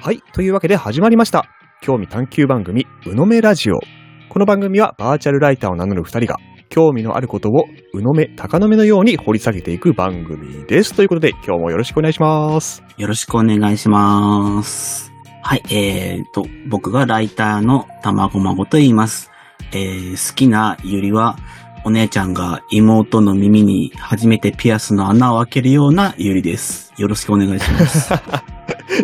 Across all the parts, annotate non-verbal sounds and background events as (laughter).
はい。というわけで始まりました。興味探求番組、うのめラジオ。この番組はバーチャルライターを名乗る二人が、興味のあることをうのめ、高のめのように掘り下げていく番組です。ということで、今日もよろしくお願いします。 (laughs) よろしくお願いします。はい、えーと、僕がライターのたまごまごと言います。えー好きなゆりは、お姉ちゃんが妹の耳に初めてピアスの穴を開けるようなゆりです。よろしくお願い (laughs) します。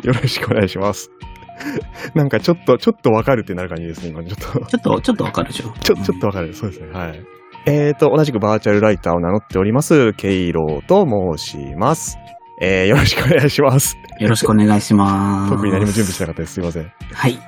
よろしくお願いします。 (laughs) なんかちょっと、ちょっとわかるってなる感じですね、今ちょっと。 (laughs) ちょっと、ちょっとわかるでしょちょ、ちょっとわかる。そうですね。はい。えーと、同じくバーチャルライターを名乗っております、ケイロウと申します。えー、よろしくお願いします。うんよろしくお願いします。特に何も準備してなかったです。すいません。はい。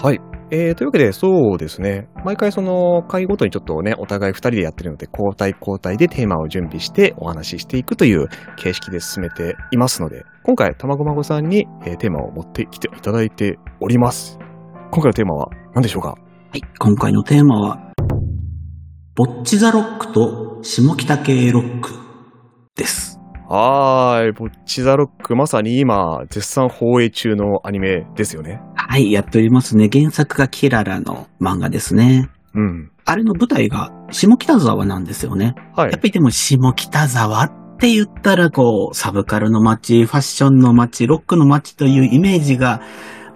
はい。えー、というわけで、そうですね。毎回その、会ごとにちょっとね、お互い二人でやってるので、交代交代でテーマを準備してお話ししていくという形式で進めていますので、今回、たまごまごさんに、えーテーマを持ってきていただいております。今回のテーマは何でしょうかはい、今回のテーマは、ぼっちザロックと下北系ロックです。はーい、ぼっちザロック、まさに今、絶賛放映中のアニメですよね。はい、やっておりますね。原作がキララの漫画ですね。うん。あれの舞台が下北沢なんですよね。はいやっぱ。りでも下北沢って言ったらこう、サブカルの街、ファッションの街、ロックの街というイメージが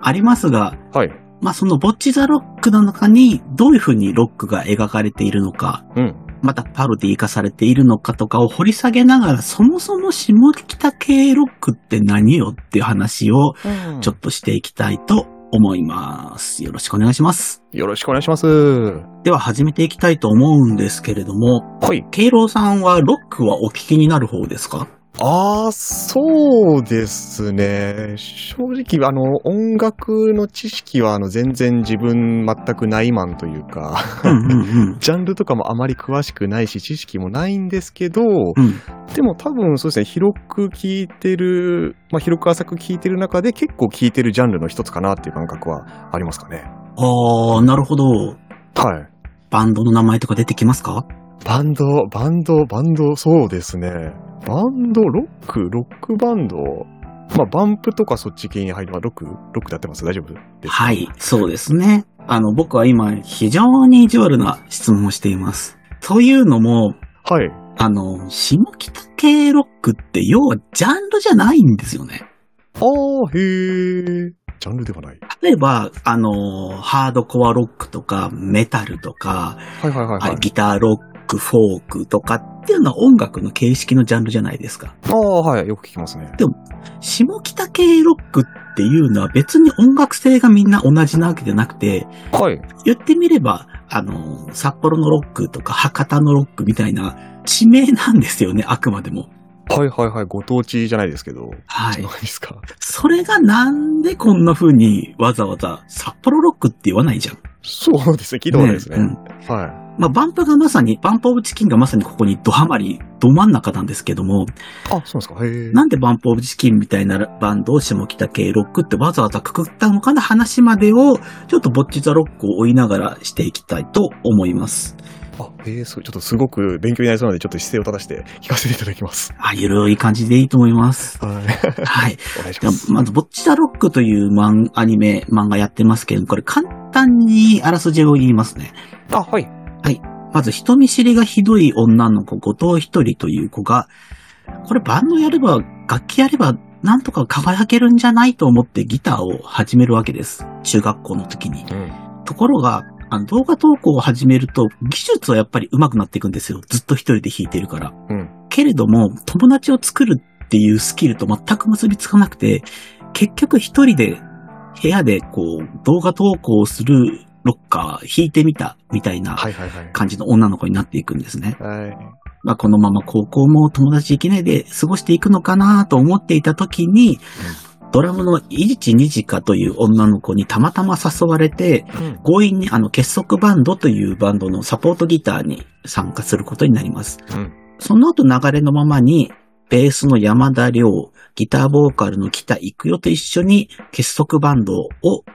ありますが、はい。まあそのぼっちザロックの中にどういうふうにロックが描かれているのか、うん。またパロディ化されているのかとかを掘り下げながら、そもそも下北系ロックって何よっていう話をちょっとしていきたいと思います。よろしくお願いします。よろしくお願いします。はでは始めていきたいと思うんですけれども、い。敬老さんはロックはお聞きになる方です (laughs) かああ、そうですね。正直、あの、音楽の知識は、あの、全然自分全くないマンというか、 (laughs) うんうんうん。ジャンルとかもあまり詳しくないし、知識もないんですけど、うん、でも多分そうですね、広く聞いてる、まあ、広く浅く聞いてる中で結構聞いてるジャンルの一つかなっていう感覚はありますかね。あー、なるほど。はい。バンドの名前とか出てきますかバンド、バンド、バンド、そうですね。バンド、ロック、ロックバンド。まあ、バンプとかそっち系に入る。まあロック、ロックでやってます大丈夫ですかはい、そうですね。あの、僕は今非常に意地悪な質問をしています。というのも、はい。あの、下北系ロックって要はジャンルじゃないんですよね。あー、へー。ジャンルではない。例えば、あの、ハードコアロックとか、メタルとか、はいはいはい、はい。ギターロック、フォークとかっていうのは音楽の形式のジャンルじゃないですか。あー、はい。よく聞きますね。下北系ロックっていうのは別に音楽性がみんな同じなわけじゃなくて、はい。言ってみれば、あの、札幌のロックとか博多のロックみたいな地名なんですよね、あくまでも。はいはいはい。ご当地じゃないですけど。は (laughs) そうい。ですか。それがなんでこんな風にわざわざ札幌ロックって言わないじゃん。そうですね。聞いたことないですね。うんはまあ、バンプがまさに、バンプオブチキンがまさにここにドハマり、ど真ん中なんですけども、い。あ、そうですか。へー。なんでバンプオブチキンみたいなバンドを下北系ロックってわざわざくくったのかな話までを、ちょっとぼっちザロックを追いながらしていきたいと思います。あ、えー、すごいちょっとすごく勉強になりそうなので、ちょっと姿勢を正して聞かせていただきます。あ、ゆるい感じでいいと思います。はい。はい。お願いしではます。まず、ぼっちザロックという漫アニメ、漫画やってますけど、これ簡単にあらすじを言いますね。あ、はい。まず人見知りがひどい女の子、後藤一人という子が、これバンドやれば、楽器やれば、なんとか輝けるんじゃないと思ってギターを始めるわけです。中学校の時に。うん。ところが、あの動画投稿を始めると、技術はやっぱり上手くなっていくんですよ。ずっと一人で弾いてるから。うんけれども、友達を作るっていうスキルと全く結びつかなくて、結局一人で部屋でこう動画投稿をするロッカー弾いてみたみたいなはいはいはい。感じの女の子になっていくんですね。はい。まあ、このまま高校も友達いきないで過ごしていくのかなと思っていた時に、ドラムのイチニジカという女の子にたまたま誘われて、うん強引にあの結束バンドというバンドのサポートギターに参加することになります。うんその後流れのままに、ベースの山田亮、ギターボーカルの北育代と一緒に結束バンドを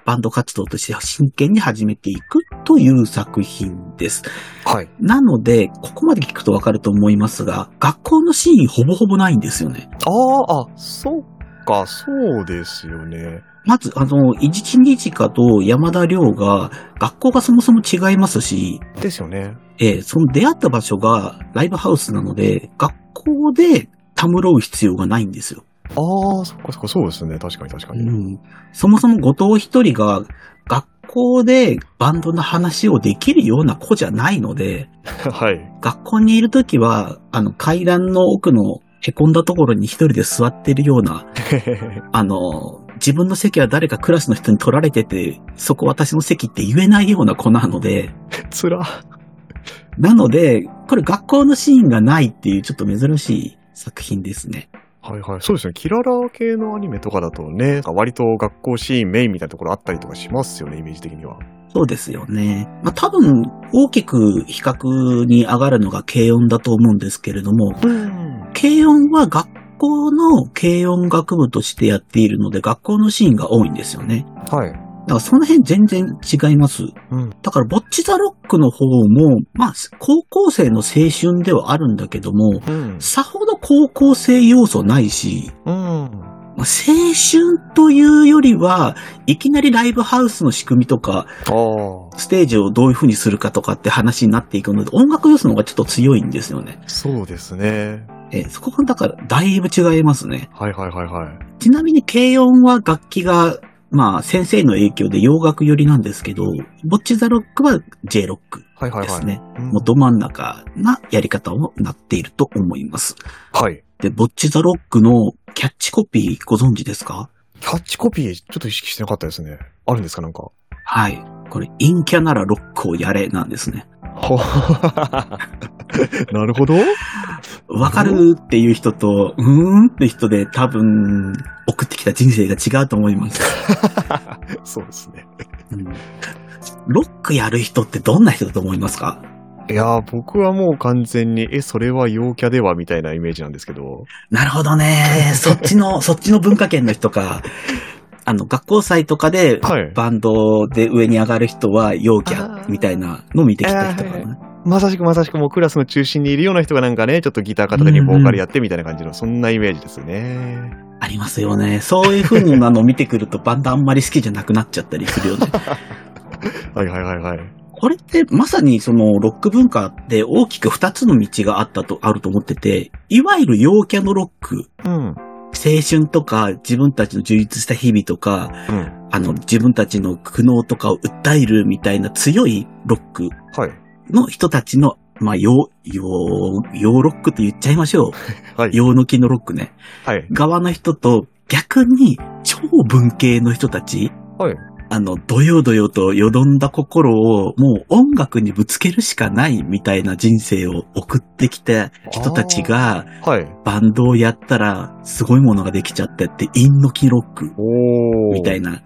バンド活動として真剣に始めていくという作品です。はい。なので、ここまで聞くとわかると思いますが、学校のシーンほぼほぼないんですよね。ああ、あ、そっか、そうですよね。まず、あの、一日二かと山田亮が、学校がそもそも違いますし、ですよね。えーその出会った場所がライブハウスなので、学校でたむろう必要がないんですよ。ああ、そっかそっか、そうですね。確かに確かうに。ん、そもそも後藤一人が学校でバンドの話をできるような子じゃないので、はい。 (laughs) 学校にいるときは、あの階段の奥の凹んだところに一人で座ってるような、あの、自分の席は誰かクラスの人に取られてて、そこ私の席って言えないような子なので、つら。なので、これ学校のシーンがないっていうちょっと珍しい作品ですね。はいはい。そうですね。キララ系のアニメとかだとね、なんか割と学校シーンメインみたいなところあったりとかしますよね、イメージ的には。そうですよね。まあ多分大きく比較に上がるのが軽音だと思うんですけれども、うん。軽音は学校の軽音学部としてやっているので学校のシーンが多いんですよね。はい。だからその辺全然違います。うんだから、ボッチザロックの方も、まあ、高校生の青春ではあるんだけども、うん。さほど高校生要素ないし、うん。まあ青春というよりは、いきなりライブハウスの仕組みとか、ああ。ステージをどういう風にするかとかって話になっていくので、音楽要素の方がちょっと強いんですよね。そうですね。えーそこがだから、だいぶ違いますね。はいはいはいはい。ちなみに軽音は楽器が、まあ、先生の影響で洋楽寄りなんですけど、ボッチザロックは J ロックはいはいですはい。ね。うんもうど真ん中なやり方をなっていると思います。はい。で、ボッチザロックのキャッチコピーご存知ですかキャッチコピー、ちょっと意識してなかったですね。あるんですかなんか。はい。これ、陰キャならロックをやれなんですね。はなるほど。わかるっていう人と、うーんって人で多分、送ってきた人生が違うと思います。そうですね。うんロックやる人ってどんな人だと思いますかいやー、僕はもう完全に、え、それは陽キャではみたいなイメージなんですけど。なるほどね。そっちの、そっちの文化圏の人か。あの、学校祭とかで、はい。バンドで上に上がる人は陽キあャーみたいなのを見てきた人かえーな。まさしくまさしくもうクラスの中心にいるような人がなんかね、ちょっとギター片手にボーカルやってみたいな感じの、そんなイメージですね。ありますよね。そういう風なの見てくるとバンドあんまり好きじゃなくなっちゃったりする (laughs) よね。はいはいはいはい。これってまさにそのロック文化って大きく二つの道があったと、あると思ってて、いわゆる陽キャのロック、うん。青春とか自分たちの充実した日々とか、うん。あの自分たちの苦悩とかを訴えるみたいな強いロックはい。の人たちの、まあ、陽、陽、陽ロックと言っちゃいましょう。はい。陽の気のロックね。はい。側の人と逆に超文系の人たち、はい。あの、どよどよとよどんだ心をもう音楽にぶつけるしかないみたいな人生を送ってきた人たちがはい。バンドをやったらすごいものができちゃってって、陰のキロックおー。みたいな、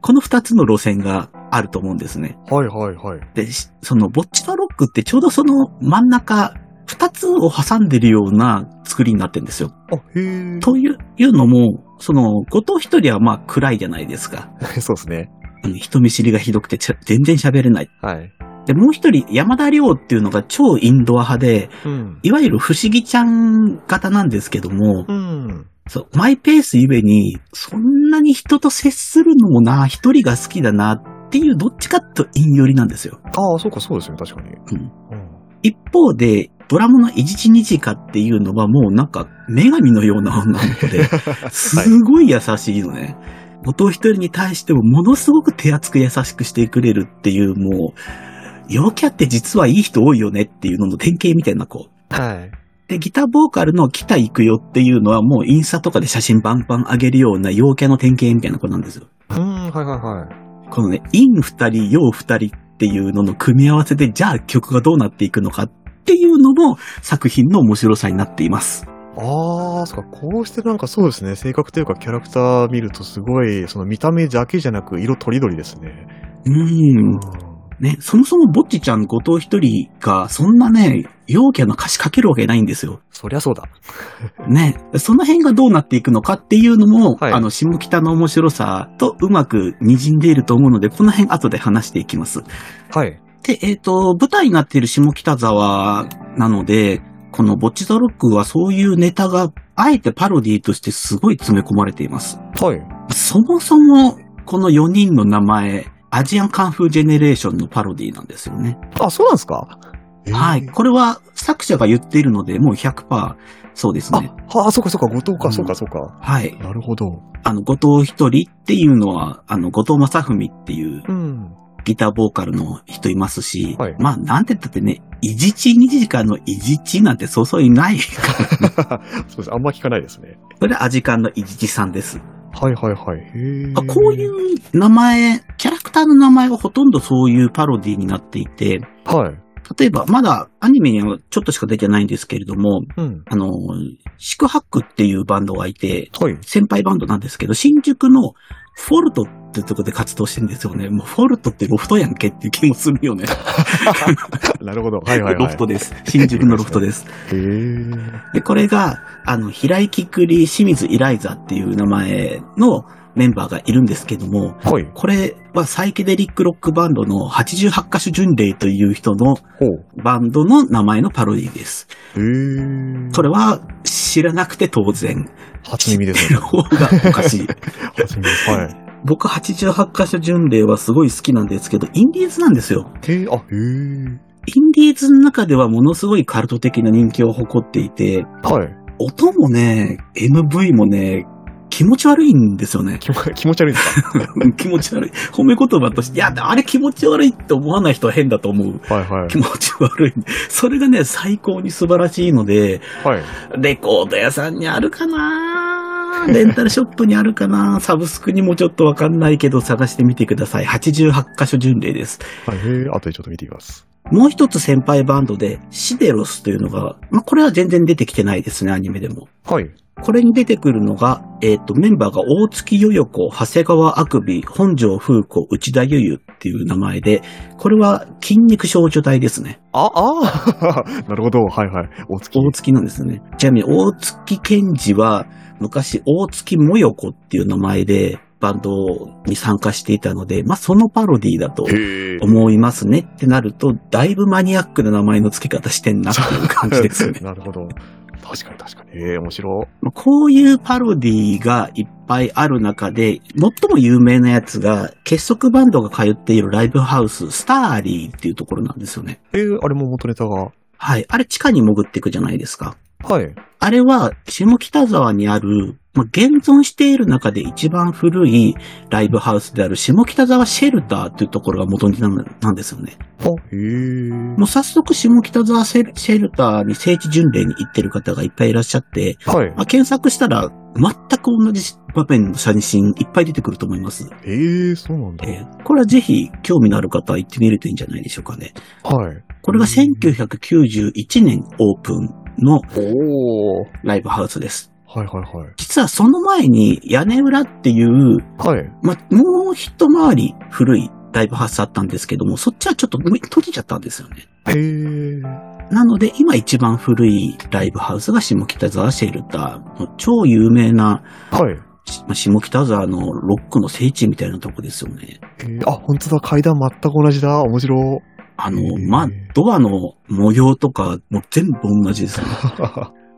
この二つの路線があると思うんですね。はいはいはい。で、しそのボッチのロックってちょうどその真ん中、二つを挟んでるような作りになってるんですよ。あ、へー。といういうのも、その、後藤一人はまあ暗いじゃないですか。 (laughs) そうですね。あの人見知りがひどくてちゃ全然喋れない。はい。で、もう一人、山田亮っていうのが超インドア派で、うん。いわゆる不思議ちゃん型なんですけども、うん。そう、マイペースゆえに、そんなに人と接するのもな、一人が好きだなっていう、どっちかと陰寄りなんですよ。ああ、そうかそうですね。確かに。んうん。一方で、ドラムのイジチニジカっていうのはもうなんか女神のような女の子で、すごい優しいのね。元一人に対してもものすごく手厚く優しくしてくれるっていうもう、陽キャって実はいい人多いよねっていうのの典型みたいな子。はい。で、ギターボーカルの北行くよっていうのはもうインスタとかで写真バンバン上げるような陽キャの典型みたいな子なんですよ。うん、はいはいはい。このね、陰二人、陽二人っていうのの組み合わせで、じゃあ曲がどうなっていくのかっていうのも作品の面白さになっています。ああ、そっか、こうしてなんかそうですね、性格というかキャラクター見るとすごい、その見た目だけじゃなく色とりどりですね。う。うんね、そもそもぼっちちゃん、後藤一人が、そんなね、陽キャの歌詞書けるわけないんですよ。そりゃそうだ。ね、その辺がどうなっていくのかっていうのも、はいあの、下北の面白さとうまく滲んでいると思うので、この辺後で話していきます。はい。で、えっ、と、舞台になっている下北沢なので、このボッチザロックはそういうネタが、あえてパロディとしてすごい詰め込まれています。はい。そもそも、この4人の名前、アジアンカンフージェネレーションのパロディなんですよね。あ、そうなんですかはい。これは作者が言っているので、もう100%そうですあね。、はあ、そうかそうか、後藤うか、んそうかそうか。はい。なるほど。あの、後藤一人っていうのは、あの、後藤正文っていううん。ギターボーカルの人いますし、はいまあ、なんて言ったってね、いじち2時間のいじちなんてそうそういない。 (laughs) そうです。あんま聞かないですね。これアジカンのいじちさんです。はいはいはい。へえあこうい。う名前、キャラクターの名前がほとんどそういうパロディになっていて、はい。例えば、まだアニメにはちょっとしか出てないんですけれども、うん。あの、シクハックっていうバンドがいて、はい。先輩バンドなんですけど、新宿のフォルトってとこで活動してるんですよね。もうフォルトってロフトやんけっていう気もするよね。なるほど。はいはいはい。ロフトです。新宿のロフトです。へえ。で、これが、あの、平井きくり、清水イライザっていう名前のメンバーがいるんですけども、はい。これはサイケデリックロックバンドの88カ所巡礼という人のほう。バンドの名前のパロディです。へえ。これは知らなくて当然。初耳で知っすてねる。方がおかしい。初耳です。 (laughs) はい。僕88カ所巡礼はすごい好きなんですけど、インディーズなんですよ。へえ、あ、へインディーズの中ではものすごいカルト的な人気を誇っていえ。て、はい。音もね、MV もね、気持ち悪いんですよね。 (laughs) 気持 (laughs) 気持ち悪いんです気持ち悪い。褒め言葉として、いや、あれ気持ち悪いって思わない人は変だと思う。かはいはい気。持ち悪い。それがね、最高に素晴らしいので、はい。レコード屋さんにあるかなレンタルショップにあるかなサブスクにもちょっとわかんないけど探してみてください。88箇所巡礼です。はい、へえ、後でちょっと見てみます。もう一つ先輩バンドで、シデロスというのが、まあ、これは全然出てきてないですね、アニメでも。はい。これに出てくるのが、えっ、と、メンバーが大月よよ子、長谷川あくび、本庄風子、内田ゆゆっていう名前で、これは筋肉少女隊ですね。あ、あー (laughs) なるほど。はいはい。お月。大月なんですよね。ちなみに大月健二は昔大月もよこっていう名前でバンドに参加していたので、まあそのパロディだとへえ。思いますねってなると、だいぶマニアックな名前の付け方してんなっていう感じですよね。 (laughs) なるほど。確かに確かに。へえ、面白まあこういうパロディがいっぱいある中で、最も有名なやつが結束バンドが通っているライブハウス、スターリーっていうところなんですよね。い。えー、あれも元ネタが。はい。あれ地下に潜っていくじゃないですか。はい。あれは、下北沢にある、まあ、現存している中で一番古いライブハウスである下北沢シェルターというところが元にななんですよね。あ、へえ。もう早速下北沢シェルシェルターに聖地巡礼に行ってる方がいっぱいいらっしゃって、はい。まあ、検索したら全く同じ場面の写真いっぱい出てくると思います。へえ、そうなんだ。えーこれはぜひ興味のある方は行ってみるといいんじゃないでしょうかね。はい。これが1991年オープンのおお。ライブハウスです。はいはい実はその前に屋根裏っていう、はい。はい。まあ、もう一回り古いライブハウスあったんですけども、そっちはちょっともう閉じちゃったんですよね。へえ。なので今一番古いライブハウスが下北沢シェルター、もう超有名な、はい。しまあ下北沢のロックの聖地みたいなとこですよね。えー、あ、本当だ。階段全く同じだ。面 (laughs) 白。あのへー、まあ、ドアの模様とか、もう全部同じですね。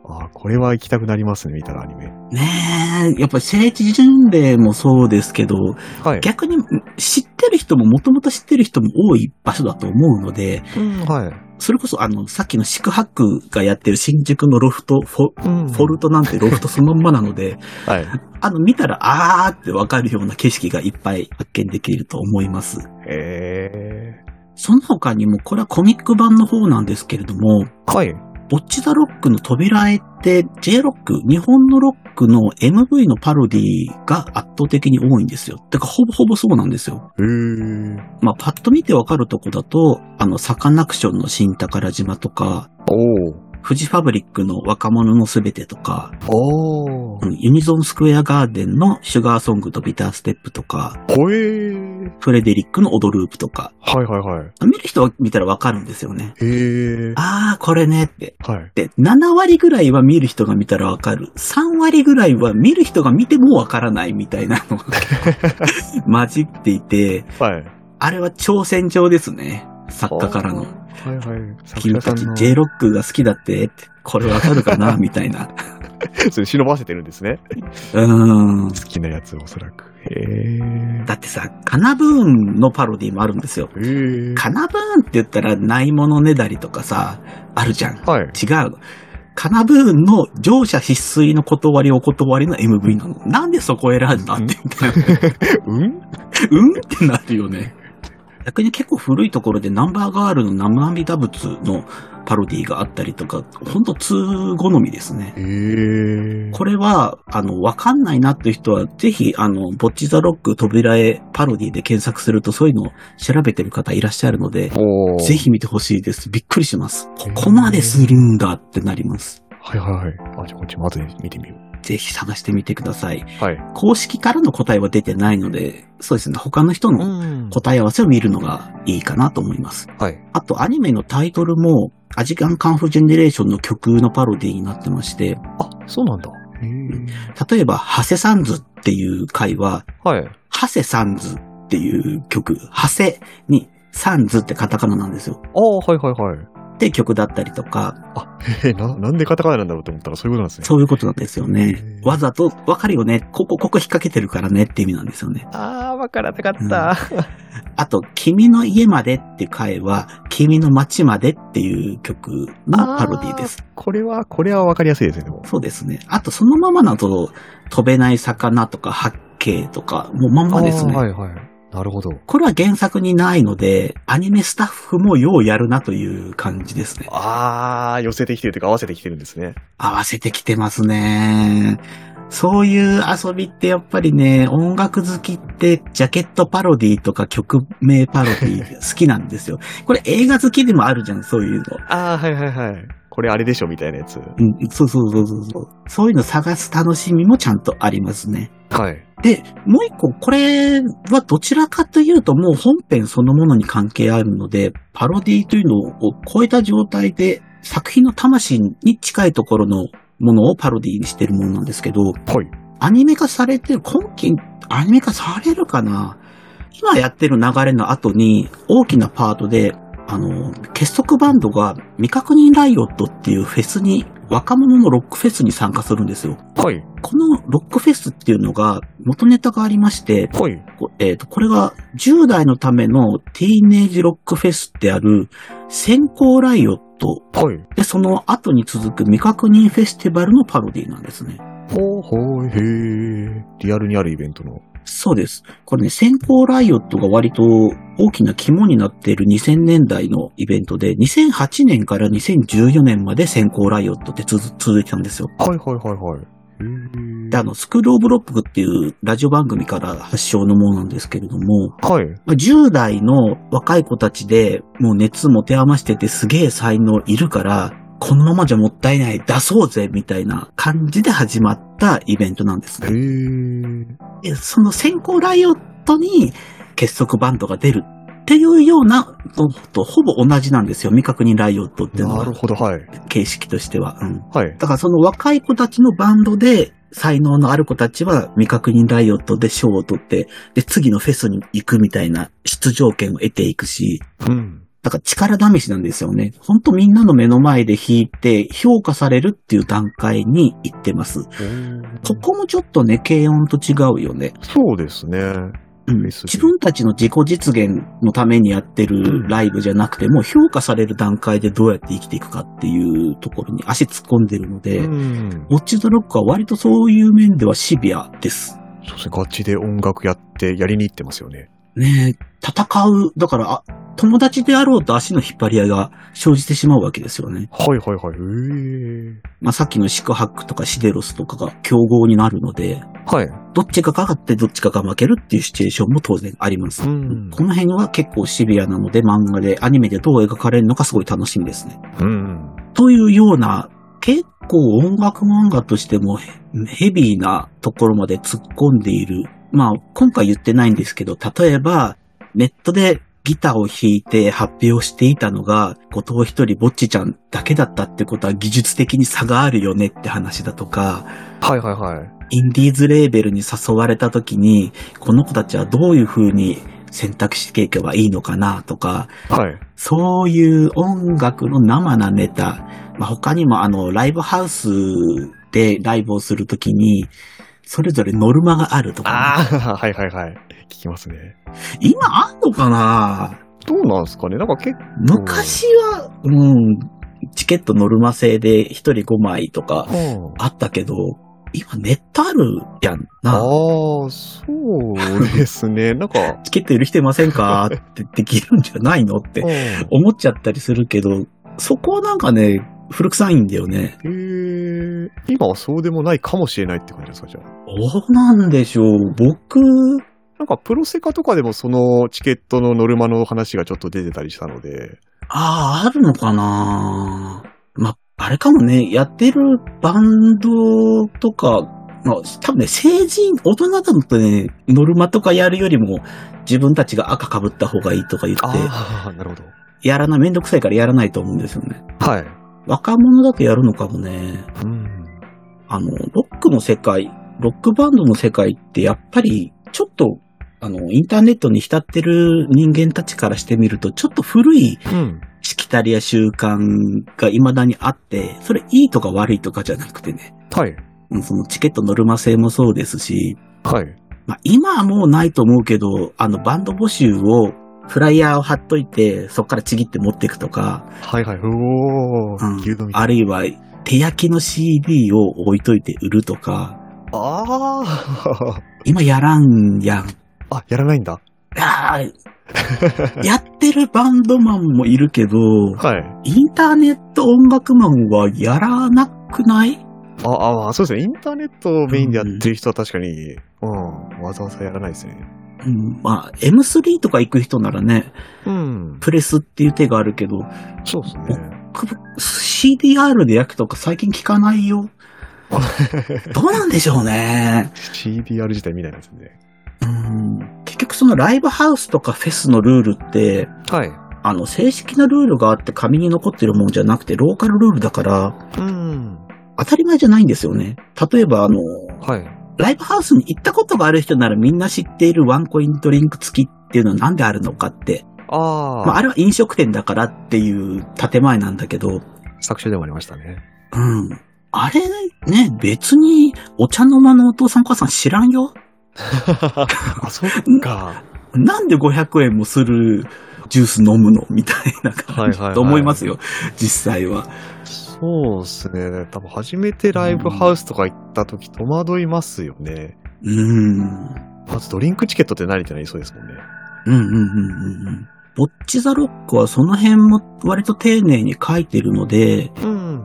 あ、これは行きたくなりますね。見たらアニメ。ねえ、やっぱり聖地巡礼もそうですけど、はい。逆に知ってる人ももともと知ってる人も多い場所だと思うので、うん、はい。それこそあの、さっきの宿泊がやってる新宿のロフト、フォうんフォルトなんてロフトそのまんまな (laughs) ので、はい。あの、見たら、あーってわかるような景色がいっぱい発見できると思います。へえ。その他にも、これはコミック版の方なんですけれども、はい。ボッチザロックの扉絵って J ロック、日本のロックの MV のパロディが圧倒的に多いんですよ。てか、ほぼほぼそうなんですよ。へえ。まあ、パッと見てわかるとこだと、あの、サカナクションの新宝島とか、おー。富士ファブリックの若者のすべてとか、おーう。んユニゾンスクエアガーデンのシュガーソングとビターステップとか、ほえー。フレデリックの踊るープとか、はいはいはい。見る人は見たらわかるんですよね。へえ。あー、これねって。はい。で、7割ぐらいは見る人が見たらわかる。3割ぐらいは見る人が見てもわからないみたいなのが混じっていて、はい。あれは挑戦状ですね。作家からの。はいはい。君たちの J ロックが好きだって、これわかるかなみたいな。それ忍ばせてるんですね。うーん。好きなやつ、おそらく。へえ。だってさ、カナブーンのパロディもあるんですよ。へえ。カナブーンって言ったらないものねだりとかさ、あるじゃん。はい。違う。カナブーンの乗車必須の断りお断りの MV なの。なんでそこ選んだってみたいな。うんうんってなるよね。逆に結構古いところでナンバーガールの生涙仏のパロディがあったりとか、ほんと通好みですね。へえ。これは、あの、わかんないなっていう人は、ぜひ、あの、ボッチザロック扉へパロディで検索すると、そういうのを調べてる方いらっしゃるので、おーぜ。ひ見てほしいです。びっくりします。ここまでするんだってなります。はいはいはい。あ、じゃあこっちも後で見てみよう。ぜひ探してみてください。はい。公式からの答えは出てないので、そうですね、他の人のん答え合わせを見るのがいいかなと思います。はい。あと、アニメのタイトルも、アジカンカンフージェネレーションの曲のパロディになってまして、あ、そうなんだ。へえ。例えば、ハセサンズっていう回は、はい。ハセサンズっていう曲、ハセにサンズってカタカナなんですよ。ああ、はいはいはい。って曲だったりとか、え、な、なんでカタカナなんだろうと思ったらそういうことなんですね。そういうことなんですよねへ。ーわざと、わかるよね。ここ、ここ引っ掛けてるからねって意味なんですよね。。ああ、わからなかったあと、君の家までっていう回は、君の街までっていう曲のパロディです。これは、これはわかりやすいですね、でも。そうですね。あと、そのままだと、飛べない魚とか八景とか、もうまんまですね。あーはいはい。なるほど。これは原作にないので、アニメスタッフもようやるなという感じですね。ああ、寄せてきてるというか合わせてきてるんですね。合わせてきてますね。そういう遊びってやっぱりね、音楽好きってジャケットパロディとか曲名パロディ好きなんですよ。これ映画好きでもあるじゃん、そういうの。ああ、はいはいはい。これあれでしょみたいなやつ。うん、そうそうそうそうそう。そういうの探す楽しみもちゃんとありますね。はい。で、もう一個、これはどちらかというともう本編そのものに関係あるので、パロディというのを超えた状態で作品の魂に近いところのものをパロディにしてるものなんですけど、はい。アニメ化されてる、今期、アニメ化されるかな今やってる流れの後に、大きなパートで、あの、結束バンドが未確認ライオットっていうフェスに、若者のロックフェスに参加するんですよ。はい。このロックフェスっていうのが元ネタがありまして、はい。こえーとこれが10代のためのティーネージロックフェスってある先行ライオットはい。でその後に続く未確認フェスティバルのパロディなんですね。ほうほうへえ。リアルにあるイベントの。そうです。これね、先行ライオットが割と大きな肝になっている2000年代のイベントで、2008年から2014年まで先行ライオットってつづ続いてたんですよ。はいはいはいはい。へで、あの、スクールオブロックっていうラジオ番組から発祥のものなんですけれども、え。はい。まあ10代の若い子たちでもう熱持て余しててすげえ才能いるから、このままじゃもったいない、出そうぜ、みたいな感じで始まったイベントなんですねへ。え。でその先行ライオットに結束バンドが出るっていうようなのとほぼ同じなんですよ。未確認ライオットっていうのなるは、ほど、はい。形式としては。うん。はい。だからその若い子たちのバンドで、才能のある子たちは未確認ライオットで賞を取って、で、次のフェスに行くみたいな出場権を得ていくし、うん。だから力試しなんですよね。ほんとみんなの目の前で弾いて評価されるっていう段階に行ってます。ここもちょっとね、軽音と違うよね。そうですね。うんです自分たちの自己実現のためにやってるライブじゃなくて、もう評価される段階でどうやって生きていくかっていうところに足突っ込んでるので、うん。ウォッチ・ザ・ロックは割とそういう面ではシビアです。そうですね。ガチで音楽やって、やりに行ってますよね。ねえ戦う、だから、あ友達であろうと足の引っ張り合いが生じてしまうわけですよね。はいはいはい。へえ。まあ、さっきのシクハックとかシデロスとかが競合になるので、はい。どっちかが勝ってどっちかが負けるっていうシチュエーションも当然あります。うんこの辺は結構シビアなので漫画でアニメでどう描かれるのかすごい楽しみですね。うん。というような結構音楽漫画としてもヘヘビーなところまで突っ込んでいるまあ、今回言ってないんですけど、例えば、ネットでギターを弾いて発表していたのが、後藤一人ぼっちちゃんだけだったってことは技術的に差があるよねって話だとか、はいはいはい。インディーズレーベルに誘われた時に、この子たちはどういう風に選択していけばいいのかなとか、はい。そういう音楽の生なネタ、まあ、他にもあの、ライブハウスでライブをするときに、それぞれノルマがあるとか、ああ、 (laughs) はいはいはい。聞きますね。今あんのかなどうなんですかねなんか結昔は、うん、チケットノルマ制で1人5枚とか構。あったけど、今ネットあるやんああな。ー、そうですね。 (laughs) なんか、チケット許してませんかってできるんじゃないのってうん思っちゃったりするけど、そこはなんかね、古臭いんだよね。えー、今はそうでもないかもしれないって感じですか、じゃあ。どうなんでしょう僕、なんかプロセカとかでもそのチケットのノルマの話がちょっと出てたりしたので。ああ、あるのかなまあ、あれかもね、やってるバンドとか、まあ、多分ね、成人、大人だとね、ノルマとかやるよりも、自分たちが赤被った方がいいとか言って、ああ、なるほど。やらない、めんどくさいからやらないと思うんですよね。はい。若者だとやるのかもね。うん。あの、ロックの世界、ロックバンドの世界ってやっぱり、ちょっと、あの、インターネットに浸ってる人間たちからしてみると、ちょっと古いうん。しきたりや習慣が未だにあって、それいいとか悪いとかじゃなくてね、はい。うんそのチケットノルマ制もそうですし、はい。まあ今はもうないと思うけど、あのバンド募集をフライヤーを貼っといて、そこからちぎって持っていくとか、はいはい。うおうんー、牛丼みたいあるいは手焼きの CD を置いといて売るとか、ああ。今やらんやん。 (laughs) あ、やらないんだ。あーやってるバンドマンもいるけど、はい。インターネット音楽マンはやらなくないあああ、そうですね。インターネットをメインでやってる人は確かに、うん、わざわざやらないですね。うん、まあ、M3 とか行く人ならね、うん。プレスっていう手があるけど、そうですね。く CDR で焼くとか最近聞かないよ。どうなんでしょうね。 CDR 自体見ないですね。うん、結局そのライブハウスとかフェスのルールって、はい。あの、正式なルールがあって紙に残ってるもんじゃなくて、ローカルルールだから、うん。当たり前じゃないんですよね。例えば、あの、はい。ライブハウスに行ったことがある人ならみんな知っているワンコインドリンク付きっていうのはなんであるのかって、ああ、まあ、あれは飲食店だからっていう建前なんだけど、作詞でもありましたね。うん。あれね、別にお茶の間のお父さんお母さん知らんよ。あ、そっか。なんで500円もするジュース飲むのみたいな感じはいはいはいと思いますよ、実際は。そうですね。多分初めてライブハウスとか行った時戸惑いますよね。うん。まずドリンクチケットって何ってなりそうですもんね。うんうんうんうんうん。ボッチザロックはその辺も割と丁寧に書いてるので、うん。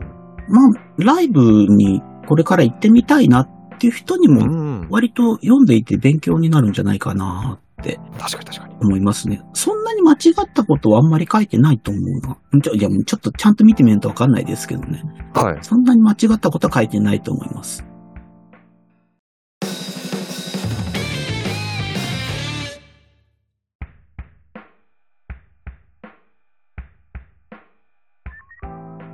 まあ、ライブにこれから行ってみたいなっていう人にうもん。割と読んでいて勉強になるんじゃないかなって確かに確かに。思いますね。そんなに間違ったことはあんまり書いてないと思うな。ちょいや、ちょっとちゃんと見てみるとわかんないですけどね。はい。そんなに間違ったことは書いてないと思います。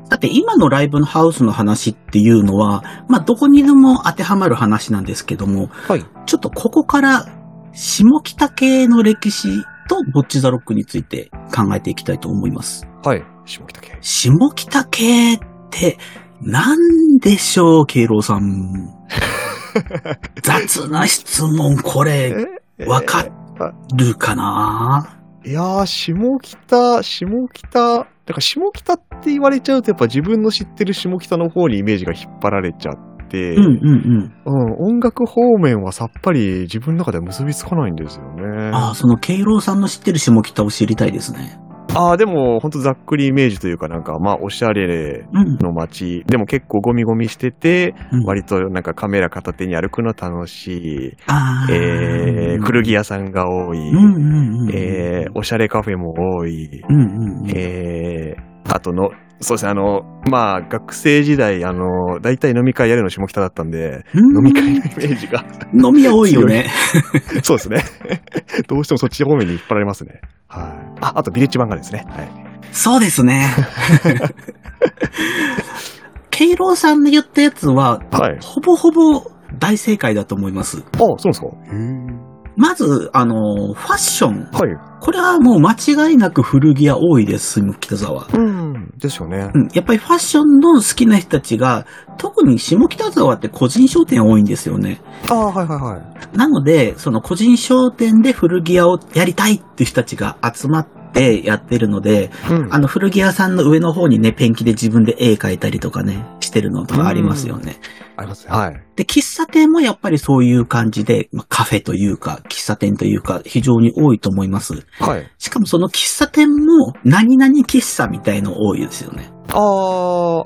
さて、今のライブのハウスの話っていうのは、まあ、どこにでも当てはまる話なんですけども、はい。ちょっとここから、下北系の歴史とボッチザロックについて考えていきたいと思います。はい。下北系。下北系って、なんでしょう、敬老さ (laughs) ん。雑な質問、これ、えわかるかないやー、下北、下北、だから下北って言われちゃうとやっぱ自分の知ってる下北の方にイメージが引っ張られちゃって、うんうんうん。うん音楽方面はさっぱり自分の中では結びつかないんですよね。ああ、その敬老さんの知ってる下北を知りたいですね。あーでもほんとざっくりイメージというかなんか、まあおしゃれうん。の街、でも結構ゴミゴミしてて、うん割となんかカメラ片手に歩くの楽しい、ああ。えー、古着屋さんが多い、うんうんうん。えー、おしゃれカフェも多い、うんうんうん。えー、あとの、そうですね、あの、まあ、学生時代、あの、大体飲み会やるの下北だったんで、飲飲み会のイメージが、 (laughs) 飲み屋多いよね。そう (laughs) ですね。どうしてもそっち方面に引っ張られますね。はい。あ、あとビレッジ漫画ですね。はい。そうで (laughs) すね。ケイロウさんの言ったやつは、はい。ほぼほぼ大正解だと思います。あ、そうですか。まず、あの、ファッション。はい。これはもう間違いなく古着屋多いです、北沢。うん。ですよねう。ん、やっぱりファッションの好きな人たちが、特に下北沢って個人商店多いんですよね。ああ、はいはいはい。なので、その個人商店で古着屋をやりたいって人たちが集まってやってるので、うんあの古着屋さんの上の方にね、ペンキで自分で絵描いたりとかね、してるのとかありますよね。ありますね。はい。で、喫茶店もやっぱりそういう感じで、まあ、カフェというか、喫茶店というか、非常に多いと思います。はい。しかもその喫茶店も、何々喫茶みたいの多いですよね。ああ、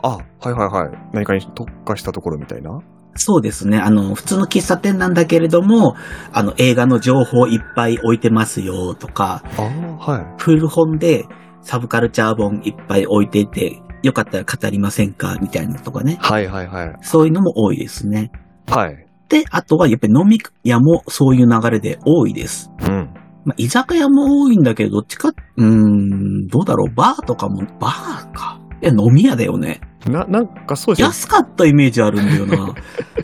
あ、はいはいはい。何かに特化したところみたいな。そうですね。あの、普通の喫茶店なんだけれども、あの、映画の情報いっぱい置いてますよとか、ああ、はい。古本でサブカルチャー本いっぱい置いていて、よかったら語りませんかみたいなのとかね。はいはいはい。そういうのも多いですね。はい。で、あとはやっぱり飲み屋もそういう流れで多いです。うん。まあ、居酒屋も多いんだけど、どっちか、うーん、どうだろう、バーとかも、バーか。いや、飲み屋だよね。な、なんかそうですね。安かったイメージあるんだよ (laughs) な。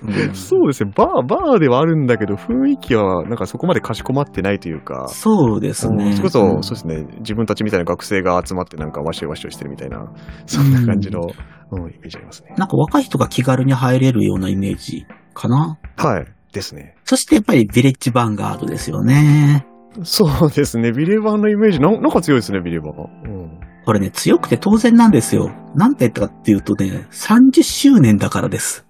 うんそうですね。バー、バーではあるんだけど、雰囲気はなんかそこまでかしこまってないというか。そうですうんね。それこそ、うんそうですね、自分たちみたいな学生が集まってなんかワシワシをしてるみたいな、そんな感じの、うん、イメージありますね。なんか若い人が気軽に入れるようなイメージかな。はい。ですね。そしてやっぱりビレッジヴァンガードですよね。そうですね。ビレバーのイメージ、なんなんか強いですね、ビレバー。うん。これね、強くて当然なんですよ。なんて言ったかっていうとね、30周年だからです。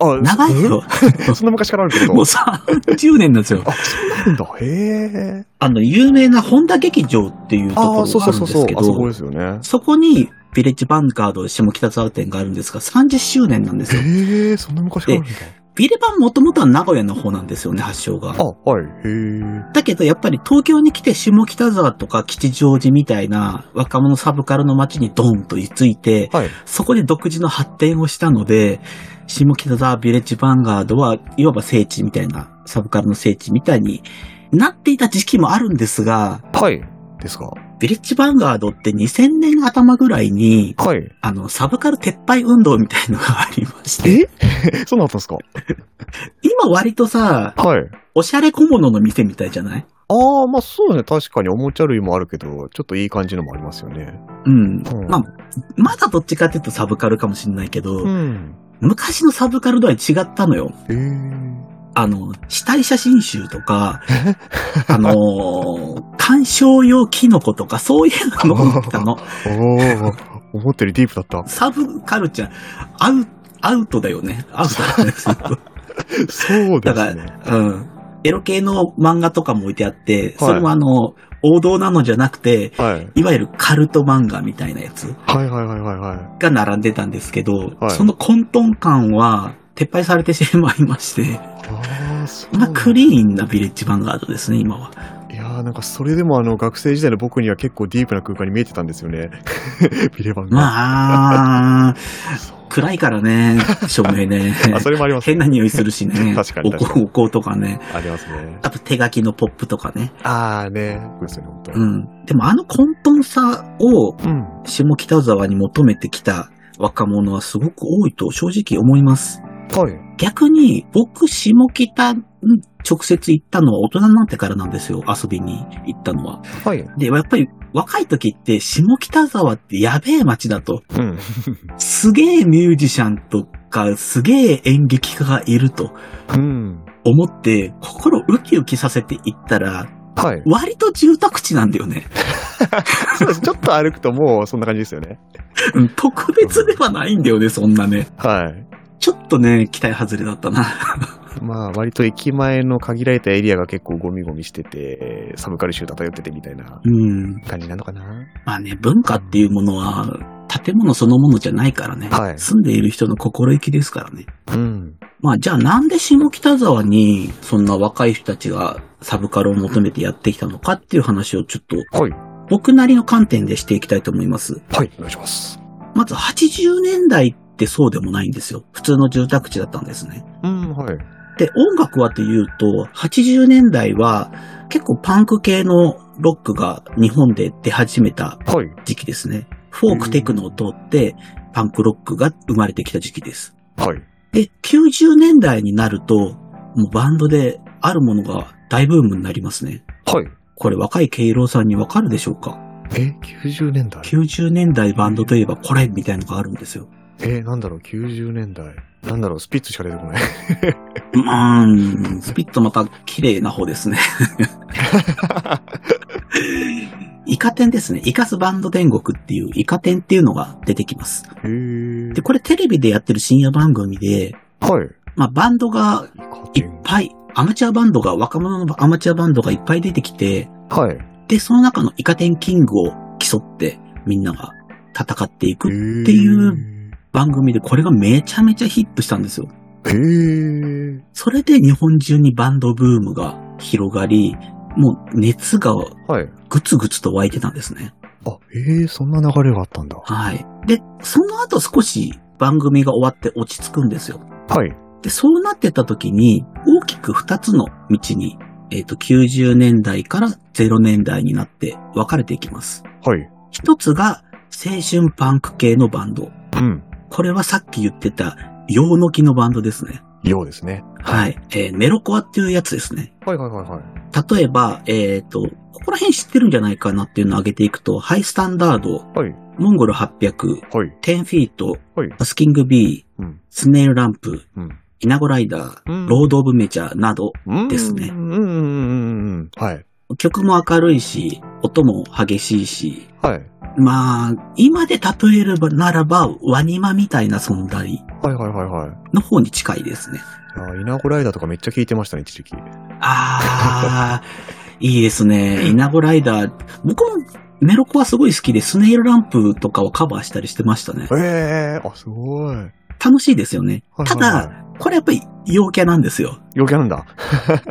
あ、あ、長いよ。そ。そんな昔からあるけど。もう30年なんですよ。あ、そうなんだ。へえ。あの、有名な本田劇場っていうところああ、そうがあそうるんそうそうですけ。あそこどで、すよね。そこに、ビレッジヴァンガード下北沢店があるんですが、30周年なんですよ。へえ、そんな昔からあるんビレバンもともとは名古屋の方なんですよね、発祥が。だ。あ、はい。へえ。だけど、やっぱり東京に来て下北沢とか吉祥寺みたいな若者サブカルの街にドンと居ついて、はい。そこで独自の発展をしたので、下北沢ビレッジヴァンガードは、いわば聖地みたいな、サブカルの聖地みたいになっていた時期もあるんですが、はい。ですか。ビレッジヴァンガードって2000年頭ぐらいに、はい。あの、サブカル撤廃運動みたいのがありまして、え (laughs) そうなったんですか今割とさ、はい。おしゃれ小物の店みたいじゃないああ、まあそうね。確かにおもちゃ類もあるけど、ちょっといい感じのもありますよね。うん。うんまあ、まだどっちかっていうとサブカルかもしれないけど、うん。昔のサブカルとは違ったのよ。ええあの、死体写真集 (laughs) とか、あのー観賞用キノコとか、そういうのを売って (laughs) たの。おお、思ったよりディープだった。サブカルチャー、アウアウトだよね。アウトだね。 (laughs) そうでだかすね。ら、うん。エロ系の漫画とかも置いてあって、はいそれもあの、王道なのじゃなくて、はい。いわゆるカルト漫画みたいなやつはいはいはいはいはい。が並んでたんですけど、はいその混沌感は撤廃されてしまいまして、ああ、そうまあ、クリーンなヴィレッジヴァンガードですね、今は。いやーなんかそれでもあの学生時代の僕には結構ディープな空間に見えてたんですよね。 (laughs) ビレバンが。 (laughs) まあ、そう暗いからね、照明ね。あ、それもあります変ね。な匂いするし (laughs) ね。確かにお香お香とかね。ありますね。あと手書きのポップとかね。ああね。そうですよね、本当う。ん。でもあの混沌さをうん。下北沢に求めてきた若者はすごく多いと正直思います。はい。逆に僕下北に直接行ったのは大人になってからなんですよ、遊びに行ったのは。はい。で、やっぱり若い時って下北沢ってやべえ街だと、うん。すげえミュージシャンとか、すげえ演劇家がいるとうん。思って、心をウキウキさせて行ったら、はい。割と住宅地なんだよね。そうです。ちょっと歩くともうそんな感じですよね。うん特別ではないんだよね、そんなね。はい。ちょっとね、期待外れだったな。まあ、割と駅前の限られたエリアが結構ゴミゴミしてて、サブカル臭漂っててみたいなうん。感じなのかな。まあね、文化っていうものは、建物そのものじゃないからね。はい住んでいる人の心意気ですからね。うん。まあじゃあなんで下北沢に、そんな若い人たちがサブカルを求めてやってきたのかっていう話をちょっと、はい。僕なりの観点でしていきたいと思います。はい。お願いします。まず80年代ってそうでもないんですよ。普通の住宅地だったんですね。うん、はい。で、音楽はというと、80年代は結構パンク系のロックが日本で出始めたはい。時期ですね。フォークテクノを通ってパンクロックが生まれてきた時期です。はい。で、90年代になると、もうバンドであるものが大ブームになりますね。はい。これ若い敬老さんにわかるでしょうかえ、90年代 ?90 年代バンドといえばこれみたいのがあるんですよ。え、なんだろう、90年代。なんだろう、スピッツしか出てこ (laughs) ない。うーん、スピットまた綺麗な方ですね。イカ天ですね。イカスバンド天国っていうイカ天っていうのが出てきます。へーで、これテレビでやってる深夜番組で、はい。まあバンドが課いっ金ぱい、アマチュアバンドが、若者のアマチュアバンドがいっぱい出てきて、はい。で、その中のイカ天キングを競って、みんなが戦っていてくいう。番組で、これがめちゃめちゃヒットしたんですよ。へーそれで日本中にバンドブームが広がり、もう熱がはい。ぐつぐつと湧いてたんですね。あ、へえ、そんな流れがあったんだ。はい。で、その後少し番組が終わって落ち着くんですよ。はい。で、そうなってた時に、大きく二つの道に、えっ、と、90年代から0年代になって分かれていきます。はい。一つが、青春パンク系のバンド。うん。これはさっき言ってた、洋の木のバンドですね。ようですね。はい。えーメロコアっていうやつですね。はいはいはいはい。例えば、えっ、と、ここら辺知ってるんじゃないかなっていうのを挙げていくと、ハイスタンダード、はい。モンゴル800、はい。 10フィート、はいバスキングビー、うんスネールランプ、うんイナゴライダー、うんロード・オブ・メジャーなど、うんですねうんうんうんうん。はい。曲も明るいし、音も激しいし、はい。まあ、今で例えるならば、ワニマみたいな存在はいはいはいはい。の方に近いですね。あーイナゴライダーとかめっちゃ聞いてましたね、一時期。あー、 (laughs) いいですね。イナゴライダー、僕もメロコはすごい好きで、スネイルランプとかをカバーしたりしてましたね。ええー、あ、すごい。はい楽しいですよね。はいはいただ、、これやっぱり陽キャなんですよ。陽キャなんだ。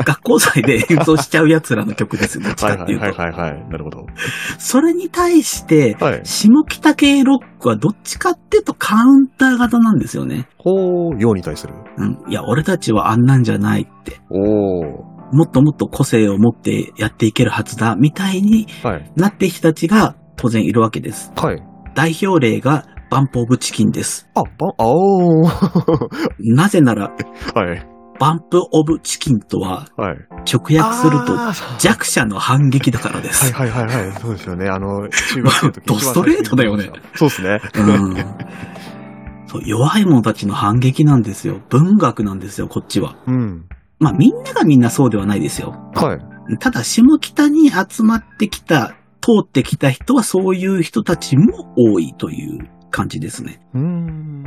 学校祭で演奏しちゃう奴らの曲ですよ。どっ (laughs) ちはいかっはていいうと。はいはいはい。なるほど。それに対して、はい。下北系ロックはどっちかっていうとカウンター型なんですよね。ほう、ように対する。うん。いや、俺たちはあんなんじゃないって。おー。もっともっと個性を持ってやっていけるはずだ、みたいにはい。なって人たちが当然いるわけです。はい。代表例がバンプオブチキンです。あ、ば、あおー。 (laughs) なぜなら、はい。バンプオブチキンとははい。直訳するとあー弱者の反撃だからではいす。はいはいはい。そうですよね。あの、中学生の時ドストレートだよね。そうですね。うん。そう、弱い者たちの反撃なんですよ。文学なんですよ、こっちは。うん。まあみんながみんなそうではないですよ。はい。ただ下北に集まってきた、通ってきた人はそういう人たちも多いという感じですね。うーん。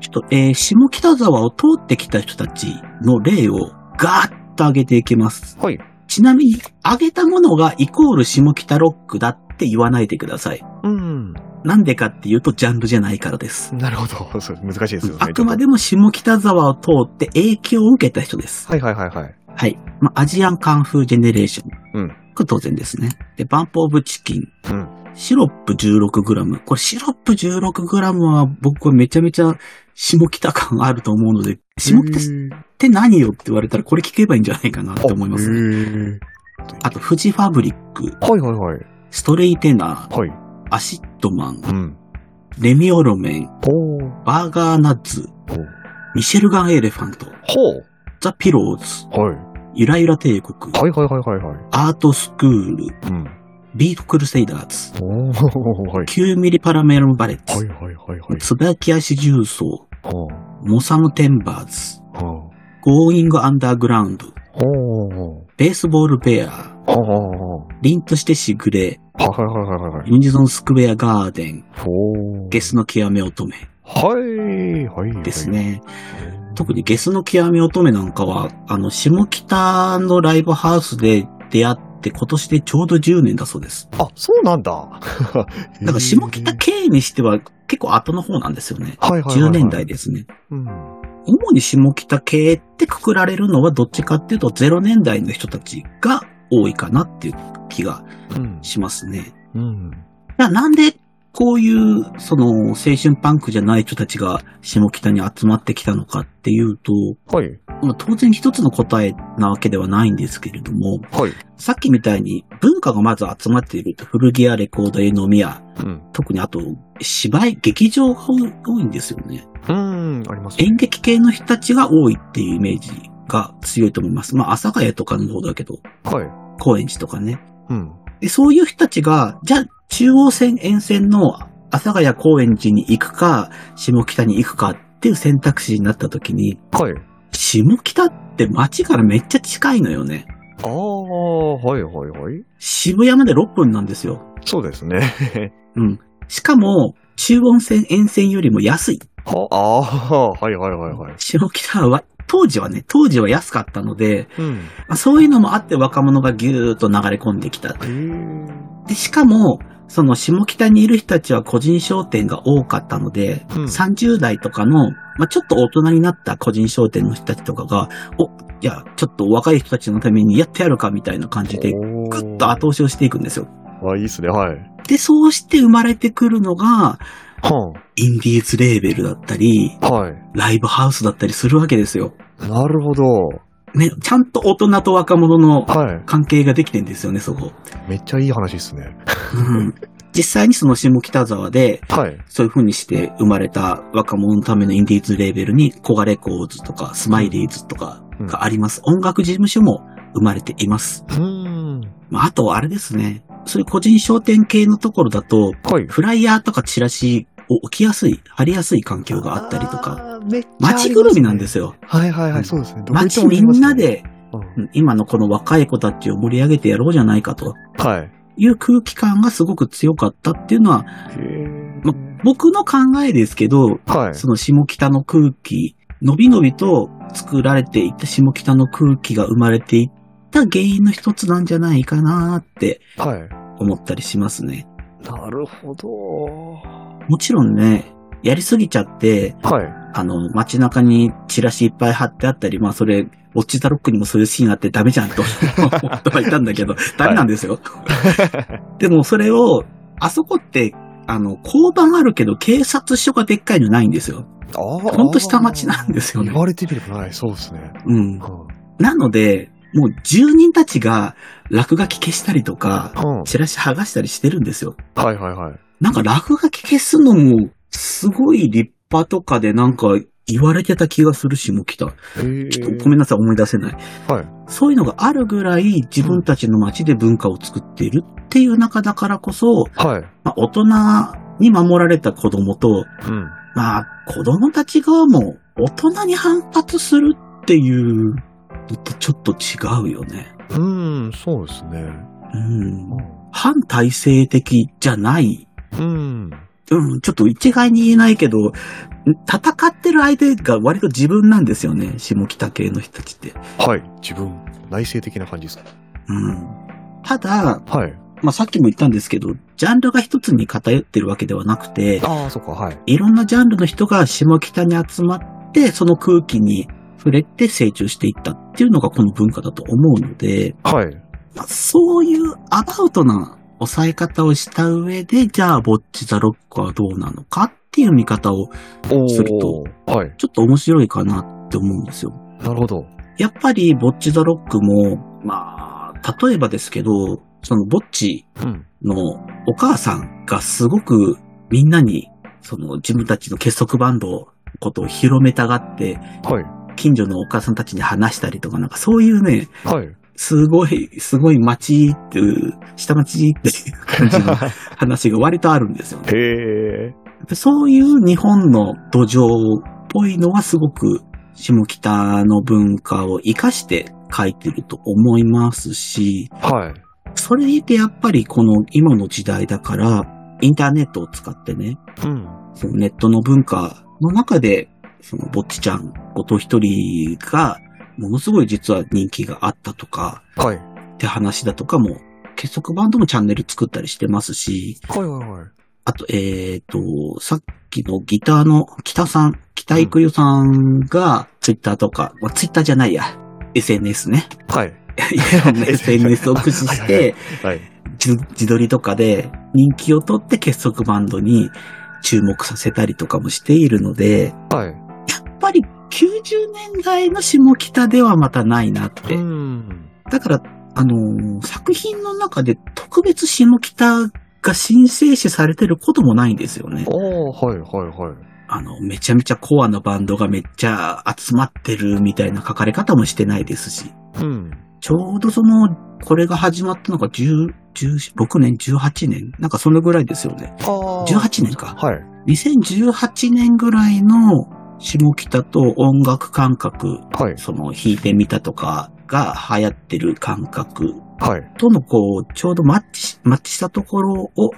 ちょっと、えー下北沢を通ってきた人たちの例をガーッと上げていきます。はい。ちなみに、上げたものがイコール下北ロックだって言わないでください。うん。なんでかっていうとジャンルじゃないからです。なるほど。 (laughs) そう難しいですよね。あくまでも。も下北沢を通って影響を受けた人です。はいはいはいはい。はい。まあ、アジアンカンフージェネレーション。うんこれ当然ですね。で、バンプオブチキン。うんシロップ 16g。これシロップ 16g は僕はめちゃめちゃ下北感あると思うので、下北って何よって言われたらこれ聞けばいいんじゃないかなと思います。ね。あと、フジファブリック、はいはいはい。ストレイテナー、はい。アシッドマン、うん。レミオロメン、ほう。バーガーナッツ、ほう。ミシェルガンエレファント、ザ・ピローズ、ほう。はい。ゆらゆら帝国、はいはいはいはいはい。アートスクール、うん。ビートクルセイダーズ、おー。はい。 9ミリパラメロンバレッはいツ、はいはいはい。ツバキアシ重曹、ほう。モサムテンバーズ、ほう。ゴーイングアンダーグラウンド、ほう。ベースボールベア、ほう。ほ凛としてしぐれ、う。はいはいはいはいはい。ユニゾンスクエアガーデン、ほう。ゲスの極め乙女はい。はい。です。ね。特にゲスの極み乙女なんかは、あの、下北のライブハウスで出会って今年でちょうど10年だそうです。あ、そうなん (laughs) だ。だから下北系にしては結構後の方なんですよね。はいはいはいはい10年代ですね。うん。主に下北系ってくくられるのはどっちかっていうと0年代の人たちが多いかなっていう気がうん。しますね。うん。じゃあなんでこういう、その、青春パンクじゃない人たちが下北に集まってきたのかっていうと、はい。まあ、当然一つの答えなわけではないんですけれども、はい。さっきみたいに文化がまず集まっていると、古着屋、レコード屋、飲み屋、うん。特にあと、芝居、劇場が多い多いんですよね。うん、ありますね。演劇系の人たちが多いっていうイメージが強いと思います。まあ、阿佐ヶ谷とかの方だけど、はい。高円寺とかね。うん。で、そういう人たちが、じゃあ、中央線沿線の阿佐ヶ谷高円寺に行くか、下北に行くかっていう選択肢になった時に、はい。下北って街からめっちゃ近いのよね。ああ、はいはいはい。渋谷まで6分なんですよ。そうですね。うん。しかも、中央線沿線よりも安い。はああー、はいはいはいはい。下北は、当時はね、当時は安かったので、うん。まあそういうのもあって若者がぎゅーっと流れ込んできた。へで、しかも、その下北にいる人たちは個人商店が多かったので、え。うん30代とかの、まあ、ちょっと大人になった個人商店の人たちとかが、お、いや、ちょっと若い人たちのためにやってやるかみたいな感じで、おーぐっと後押しをしていくんですよ。あ、いいっすね、はい。で、そうして生まれてくるのが、はインディーズレーベルだったり、あ、はい。ライブハウスだったりするわけですよ。なるほど。ね、ちゃんと大人と若者のは関係ができてんですよね、そこ。い。めっちゃいい話っすね。うん実際にその下北沢で、はい。そういう風にして生まれた若者のためのインディーズレーベルに、コガレコーズとか、スマイリーズとかがあります。音楽事務所も生まれています。うん。まあ、あと、あれですね。そういう個人商店系のところだと、はい。フライヤーとかチラシを置きやすい、貼りやすい環境があったりとか、あー。めっちゃ。街ぐるみなんですすよ。はいはいうはんい、そうですね。どこ行って街もあみりますんねな。で、うんうん今のこの若い子たちを盛り上げてやろうじゃないかとはい。いう空気感がすごく強かったっていうのは、ま僕の考えですけど、はい。その下北の空気、のびのびと作られていった下北の空気が生まれていった原因の一つなんじゃないかなってはい。思ったりしますね。なるほど。もちろんね、やりすぎちゃって、はい。あの、街中にチラシいっぱい貼ってあったり、まあそれ、ウォッチザロックにもそういうシーンあってダメじゃんと (laughs) 思ってはいたんだけど、ダメなんですよ。でもそれを、あそこって、あの、交番あるけど警察署がでっかいのないんですよ。ああ。ほんと下町なんですよね言われてみればない、そうですね。うんう。ん。なので、もう住人たちが落書き消したりとか、うんチラシ剥がしたりしてるんですよ。はいはいはい。なんか落書き消すのも、すごい立派とかでなんか言われてた気がするし、もう来た。へえ。ちょっとごめんなさい、思い出せない。はいそういうのがあるぐらい自分たちの街で文化を作っているっていう中だからこそ、はい。まあ、大人に守られた子供と、うん。まあ、子供たち側も大人に反発するっていうのとちょっと違うよね。うん、そうですね。うん。反体制的じゃない。うん。うん、ちょっと一概に言えないけど、戦ってる相手が割と自分なんですよね。下北系の人たちって。はい。自分、内省的な感じですかうん。ただ、はい。まあ、さっきも言ったんですけど、ジャンルが一つに偏ってるわけではなくて、ああ、そっか、はい。いろんなジャンルの人が下北に集まって、その空気に触れて成長していったっていうのがこの文化だと思うので、はい。まあ、そういうアバウトな抑え方をした上で、じゃあ、ぼっちザロックはどうなのかっていう見方を、おーすると。はい。ちょっと面白いかなって思うんですよ。なるほど。やっぱり、ぼっちザロックも、まあ、例えばですけど、そのぼっちうん。のお母さんがすごくみんなに、その自分たちの結束バンドのことを広めたがって、はい。近所のお母さんたちに話したりとか、なんかそういうね、はい。すごい、すごい街っていう、下町っていう感じの話が割とあるんですよね。へえ。そういう日本の土壌っぽいのはすごく下北の文化を活かして書いてると思いますし、はい。それでやっぱりこの今の時代だから、インターネットを使ってね、うん。そのネットの文化の中で、そのぼっちちゃんこと一人が、ものすごい実は人気があったとか、はい。って話だとかも、結束バンドもチャンネル作ったりしてますし、はいはいはい。あと、えっ、と、さっきのギターの北さん、北育代さんが、ツイッターとか、まあ、ツイッターじゃないや、SNS ね。はい。いろんな SNS を駆使して、はい。自自撮りとかで人気を取って結束バンドに注目させたりとかもしているので、はい。やっぱり90年代の下北ではまたないなって。ん。だから、あのー作品の中で特別下北が神聖視されてることもないんですよねあ。あ、はいはいはい。あの、めちゃめちゃコアのバンドがめっちゃ集まってるみたいな書かれ方もしてないですし、うん。ちょうどその、これが始まったのが10、16年、18年なんかそのぐらいですよね。ああ18年か。はい。 2018年ぐらいの下北と音楽感覚、はい。その弾いてみたとかが流行ってる感覚はい。とのこう、ちょうどマッチし、マッチしたところを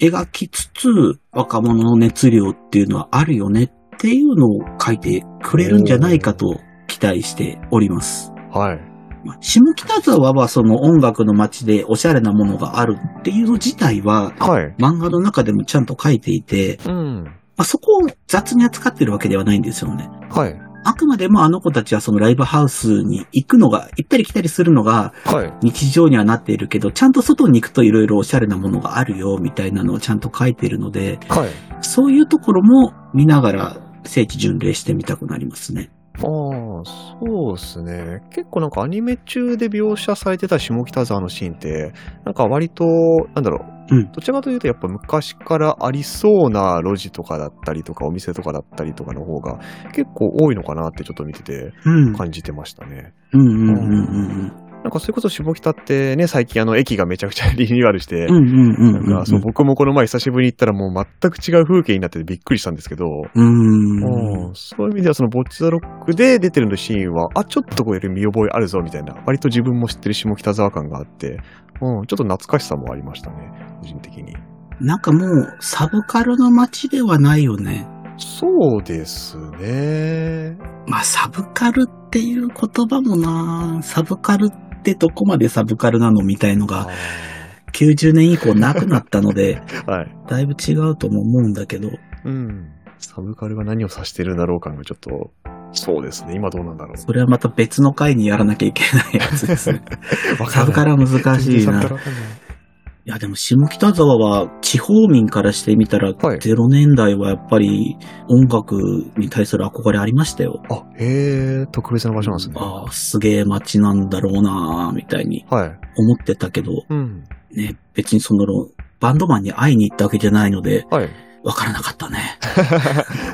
描きつつ、若者の熱量っていうのはあるよねっていうのを書いてくれるんじゃないかと期待しております。はい。まあ下北沢はその音楽の街でおしゃれなものがあるっていうの自体は、はい。漫画の中でもちゃんと書いていて、うん。まあ、そこを雑に扱ってるわけではないんですよね。はい。あくまでもあの子たちはそのライブハウスに行くのが、行ったり来たりするのがはい。日常にはなっているけど、ちゃんと外に行くといろいろおしゃれなものがあるよ、みたいなのをちゃんと書いてるので、はい。そういうところも見ながら聖地巡礼してみたくなりますね。ああ、そうですね。結構なんかアニメ中で描写されてた下北沢のシーンって、なんか割と、なんだろう、うんどちらかというとやっぱ昔からありそうな路地とかだったりとかお店とかだったりとかの方が結構多いのかなってちょっと見ててうん。感じてましたね。うんうんうんうんなんかそれこそ下北ってね、最近あの駅がめちゃくちゃリニューアルしてうん。う、んうんうんなんかそう僕もこの前久しぶりに行ったらもう全く違う風景になっててびっくりしたんですけど、うん。うんそういう意味では、そのボッチザロックで出てるのシーンは、あ、ちょっとこれ見覚えあるぞみたいな、割と自分も知ってる下北沢感があって、うん、ちょっと懐かしさもありましたね、個人的に。なんかもうサブカルの街ではないよね。そうですね。まあ、サブカルっていう言葉もな、サブカルってどこまでサブカルなのみたいのが、90年以降なくなったので、はい。だいぶ違うとも思うんだけど、うん。サブカルが何を指してるんだろう感がちょっと、そうですね、今どうなんだろそれはまた別の回にやらなきゃいけないやつですね。う。 (laughs) わサブカルは難しいサブな。カいルわかんないや、でも下北沢は地方民からしてみたら、はい0年代はやっぱり音楽に対する憧れありましたよ。あ、へえ、特別な場所なんですね。ああ、すげえ街なんだろうなあみたいにはい。思ってたけど、うん。ね、別にその、バンドマンに会いに行ったわけじゃないので、はい。わからなかったね。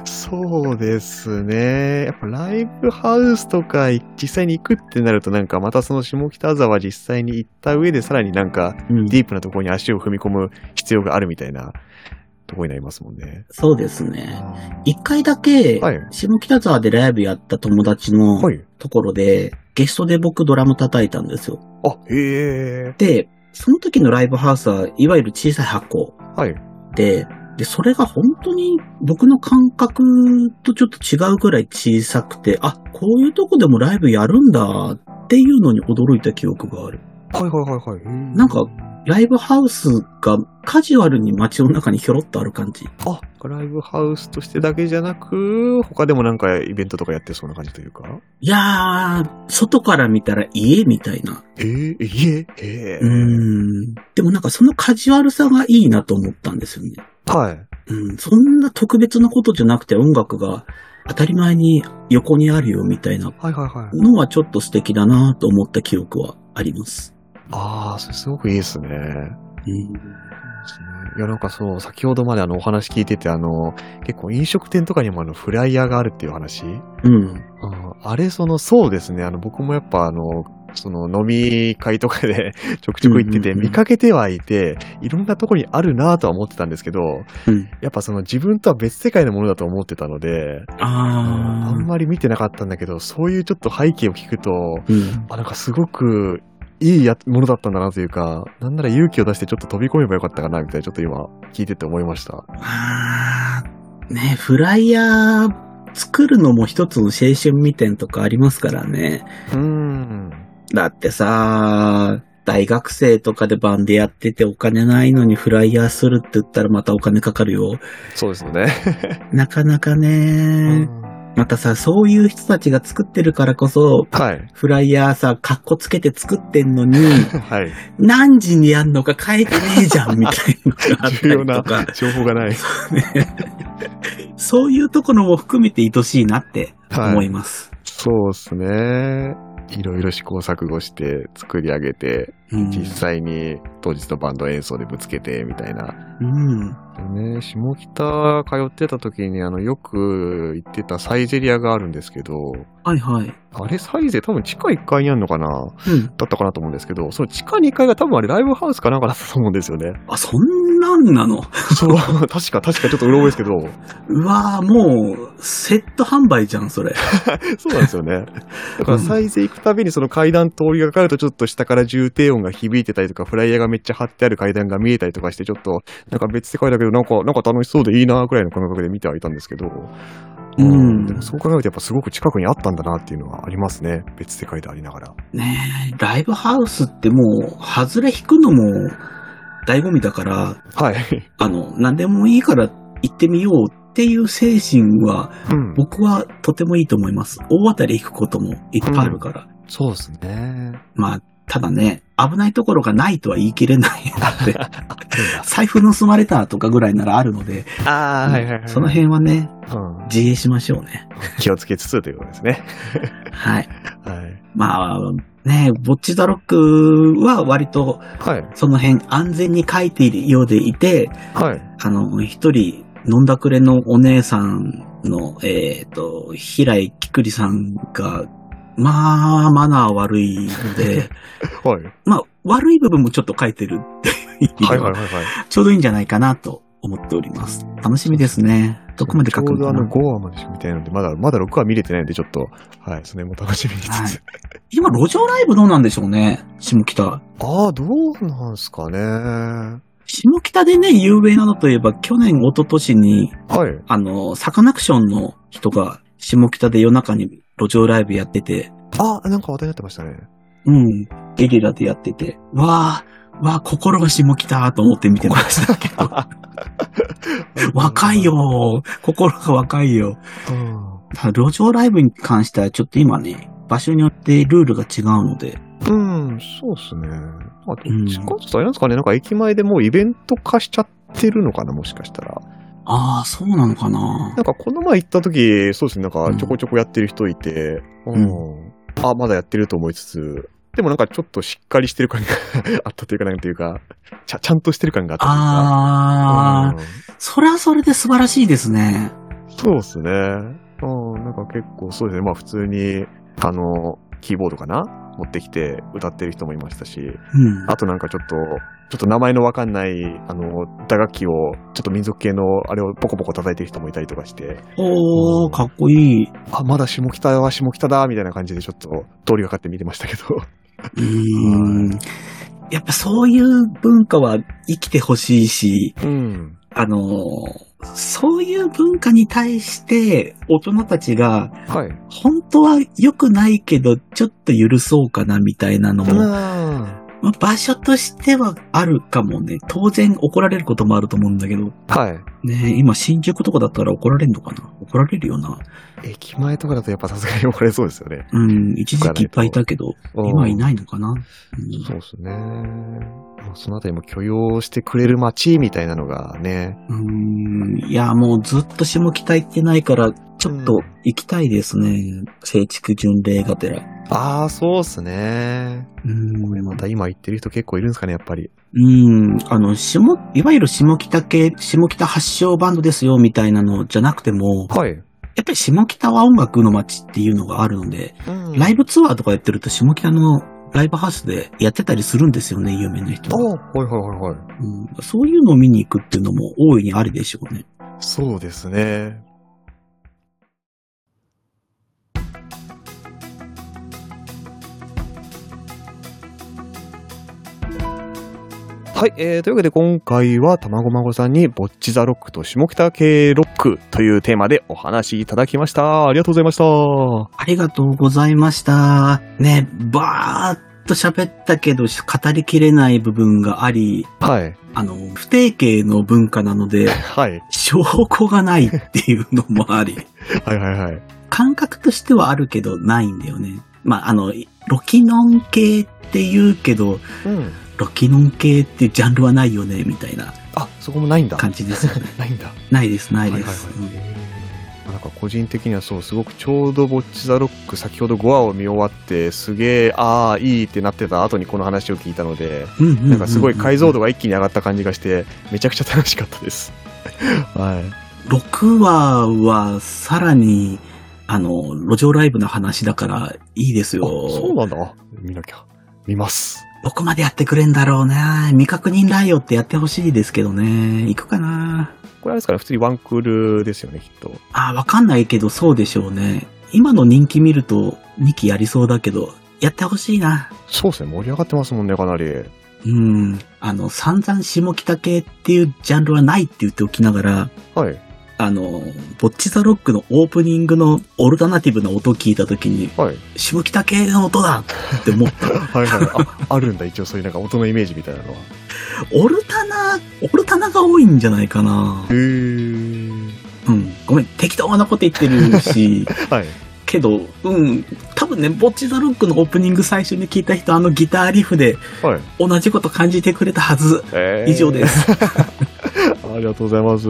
そうですね。やっぱライブハウスとか実際に行くってなるとなんかまたその下北沢実際に行った上でさらになんかうんディープなところに足を踏み込む必要があるみたいなところになりますもんね。そうですね。一回だけはい、下北沢でライブやった友達のはい。ところで、ゲストで僕ドラム叩いたんですよ。あ、へえ。で、その時のライブハウスはいわゆる小さい箱はい。で、で、それが本当に僕の感覚とちょっと違うくらい小さくて、あ、こういうとこでもライブやるんだっていうのに驚いた記憶がある。はいはいはいはい。なんかライブハウスがカジュアルに街の中にひょろっとある感じ。あ、ライブハウスとしてだけじゃなく、他でもなんかイベントとかやってそうな感じというか。いやー、外から見たら家みたいな。えー、え、いえ、へえ。うーん。でもなんかそのカジュアルさがいいなと思ったんですよね。はい。うん。そんな特別なことじゃなくて音楽が当たり前に横にあるよみたいなはいはいはい。のはちょっと素敵だなと思った記憶はあります。ああ、それすごくいいですね。うん。ですねいや、なんかそう、先ほどまであのお話聞いてて、あの、結構飲食店とかにもあのフライヤーがあるっていう話。うん。うんあれ、その、そうですね。あの、僕もやっぱあの、その飲み会とかで (laughs) ちょくちょく行ってて、うんうんうん見かけてはいて、いろんなとこにあるなぁとは思ってたんですけど、うん。やっぱその自分とは別世界のものだと思ってたので、あんあまり見てなかったんだけど、そういうちょっと背景を聞くと、ー。うん。あ、なんかすごくいいやものだったんだなというか、なんなら勇気を出してちょっと飛び込めばよかったかな、みたいな、ちょっと今聞いてて思いました。あー。ねフライヤー作るのも一つの青春みたいなとかありますからね。うーん。だってさ、大学生とかでバンでやっててお金ないのにフライヤーするって言ったらまたお金かかるよ。そうですよね。なかなかうね、んまたさ、そういう人たちが作ってるからこそ、はい。フライヤーさ、カッコつけて作って (laughs) んのに、はい。何時にやんのか書いてねえじゃん、みたいなのがあっ重要たりなとか、情報がない。そういうところも含めて愛しいなっては思いい。ます。そうですね。いろいろ試行錯誤して作り上げて、うん実際に当日のバンド演奏でぶつけてみたいな。うん。ね、下北通ってた時にあのよく行ってたサイゼリアがあるんですけど、はいはい。あれサイゼ多分地下1階にあるのかなうん。だったかなと思うんですけど、その地下2階が多分あれライブハウスかなんかだったと思うんですよね。あ、そんなんなのそう、 (laughs) 確か確かちょっとうろ覚えですけど、うわぁ、もう、セット販売じゃん、それ。そうなんですよね。 (laughs) だからサイゼ行くたびにその階段通りがかかるとちょっと下から重低音が響いてたりとか、フライヤーがめっちゃ張ってある階段が見えたりとかして、ちょっとなんか別世界だけどなんか、 (laughs) なんか楽しそうでいいなくらいの感覚で見てはいたんですけど、うんでもそう考えるとやっぱすごく近くにあったんだなっていうのはありますね。別世界でありながら。ねえ、ライブハウスってもう、外れ引くのも、醍醐味だから、はい。あの、何でもいいから行ってみようっていう精神は、うん僕はとてもいいと思います。大当たり行くこともいっぱいあるから。そうですね。まあ、ただね、危ないところがないとは言い切れないな (laughs) って。財布盗まれたとかぐらいならあるので、ああ、はいはいはい。その辺はね、うん自衛しましょうね。気をつけつつということですね。はい。はい。まあ、ね、ぼっちだろくは割とはい。その辺安全に書いているようでいて、はい。あの、一人飲んだくれのお姉さんの、えっ、と、平井きくりさんが、まあ、マナー悪いの (laughs) で、はい。まあ、悪い部分もちょっと書いてるっていうはいのはいはいははい。ちょうどいいんじゃないかなと思っております。楽しみですね。どこまで書くのちょかうどあのな5話までしか見てないので、まだ、まだ6話見れてないんで、ちょっと、はい、それも楽しみにしつつ。今、路上ライブどうなんでしょうね下北。ああ、どうなんすかね。は下北でね、有名なのといえば、去年、一昨年に、い。あの、サカナクションの人が、下北で夜中に路上ライブやってて、ああ、なんか話題になってましたね。うん、ゲリラでやってて、わあ、わあ、心が下北と思って見てましたけど、 (laughs) 若い。よー心が若いようん。ただ、路上ライブに関しては、ちょっと今ね、場所によってルールが違うので、うん、そうですね。まあ、どっちかっていうとあれなんですかね、なんか駅前でもうイベント化しちゃってるのかな、もしかしたら。ああ、そうなのかななんかこの前行った時、そうですね、なんかちょこちょこやってる人いて、んうんあ、まだやってると思いつつ、でもなんかちょっとしっかりしてる感が (laughs) あったというか、なんていうか、ちゃちゃんとしてる感があったというか。ああ、うんそれはそれで素晴らしいですね。そうですね。うん、なんか結構そうですね、まあ普通に、あの、キーボードかな持ってきて歌ってる人もいましたし、うん。あとなんかちょっと、ちょっと名前のわかんない、あの、打楽器を、ちょっと民族系のあれをポコポコ叩いてる人もいたりとかして、おー、かっこいい。あ、まだ下北は下北だ、みたいな感じでちょっと通りがかって見てましたけど。うーん。やっぱそういう文化は生きてほしいし、うん。あのー、そういう文化に対して大人たちがはい。本当は良くないけどちょっと許そうかなみたいなのも、はまあ場所としてはあるかもね。当然怒られることもあると思うんだけど、ね今新宿とかだったら怒られるのかな怒られるよな。い。駅前とかだとやっぱさすがに怒られそうですよね。うん、一時期いっぱいいたけど、今いい。ないのかな、うんそうですね。まあそのあたりも許容してくれる街みたいなのがね。うーんいや、もうずっと下北行ってないから、ちょっと行きたいですね。聖畜巡礼がてら。うああ、そうですね。ーん、また今行ってる人結構いるんですかね、やっぱり。うーん、あの、下、いわゆる下北系、下北発祥バンドですよ、みたいなのじゃなくても、はい。やっぱり下北は音楽の街っていうのがあるので、ライブツアーとかやってると下北のライブハウスでやってたりするんですよね、有名な人ああ、が、はいはいはいはうんそういうのを見に行くっていうのも大いにありでしょうね。い。そうですね。はい、えー、というわけで今回はたまごまごさんにぼっちザロックと下北系ロックというテーマでお話いただきました。ありがとうございました。はありがとうございました。ね、ばーっと喋ったけど、語りきれない部分があり、い。あの、不定形の文化なので、はい。証拠がないっていうのもあり、はいはいはい。感覚としてはあるけど、ないんだよね。まあ、あの、ロキノン系って言うけど、うん。ロキノン系ってジャンルはないよね、みたいなあ、そこもないんだ。感じですよね。ないんだ。ないです、なはいいはいではいす。うんあなんか個人的にはそう、すごくちょうどボッチザロック、先ほど5話を見終わって、すげえ、ああ、いいってなってた後にこの話を聞いたので、うんうんうんうんなんかすごい解像度が一気に上がった感じがして、めちゃくちゃ楽しかったです。 (laughs) はい。 6話はさらに、あの、路上ライブの話だからいいですよ。あ、そうなんだ。見なきゃ。見ます。どこまでやってくれんだろうな未確認ライオってやってほしいですけどね。行くかなこれあれですから、普通にワンクールですよね、きっと。あー、わかんないけどそうでしょうね。今の人気見ると2期やりそうだけど、やってほしいな。そうですね、盛り上がってますもんね、かなり。うん。あの、散々下北系っていうジャンルはないって言っておきながら、はい。あの、ボッチザロックのオープニングのオルタナティブな音聞いた時に、はい。下北系の音だって思った。 (laughs) はいはい。 (laughs) あ、あるんだ、一応そういうなんか音のイメージみたいなのは。オルタナ、オルタナが多いんじゃないかなへ。ー。うん。ごめん、適当なこと言ってる (laughs) し、はい。けど、うん。多分ね、ボッチザロックのオープニング最初に聞いた人、あのギターリフではい。同じこと感じてくれたはず。えー以上で。 (laughs) す。ありがとうございます。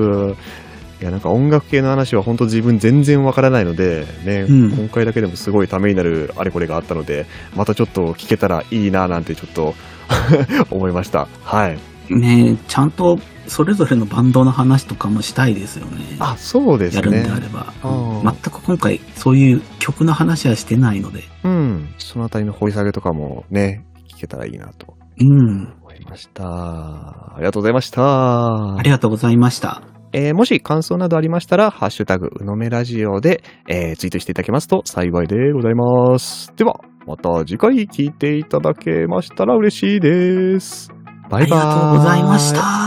いや、なんか音楽系の話は本当自分全然わからないので、ね、うん今回だけでもすごいためになるあれこれがあったので、またちょっと聞けたらいいななんてちょっと (laughs) 思いました。はい。ねちゃんと、それぞれのバンドの話とかもしたいですよね。あ、そうですやるんねで。あれば。あうんー全く今回、そういう曲の話はしてないので。うん。そのあたりの掘り下げとかもね、聞けたらいいなとうん。思いました。ありがとうございましたあ。りがとうございました。えーもし感想などありましたら、ハッシュタグ、うのめラジオで、えーツイートしていただけますと幸いでございます。では、また次回聞いていただけましたら嬉しいです。バイバーイ。ありがとうございました。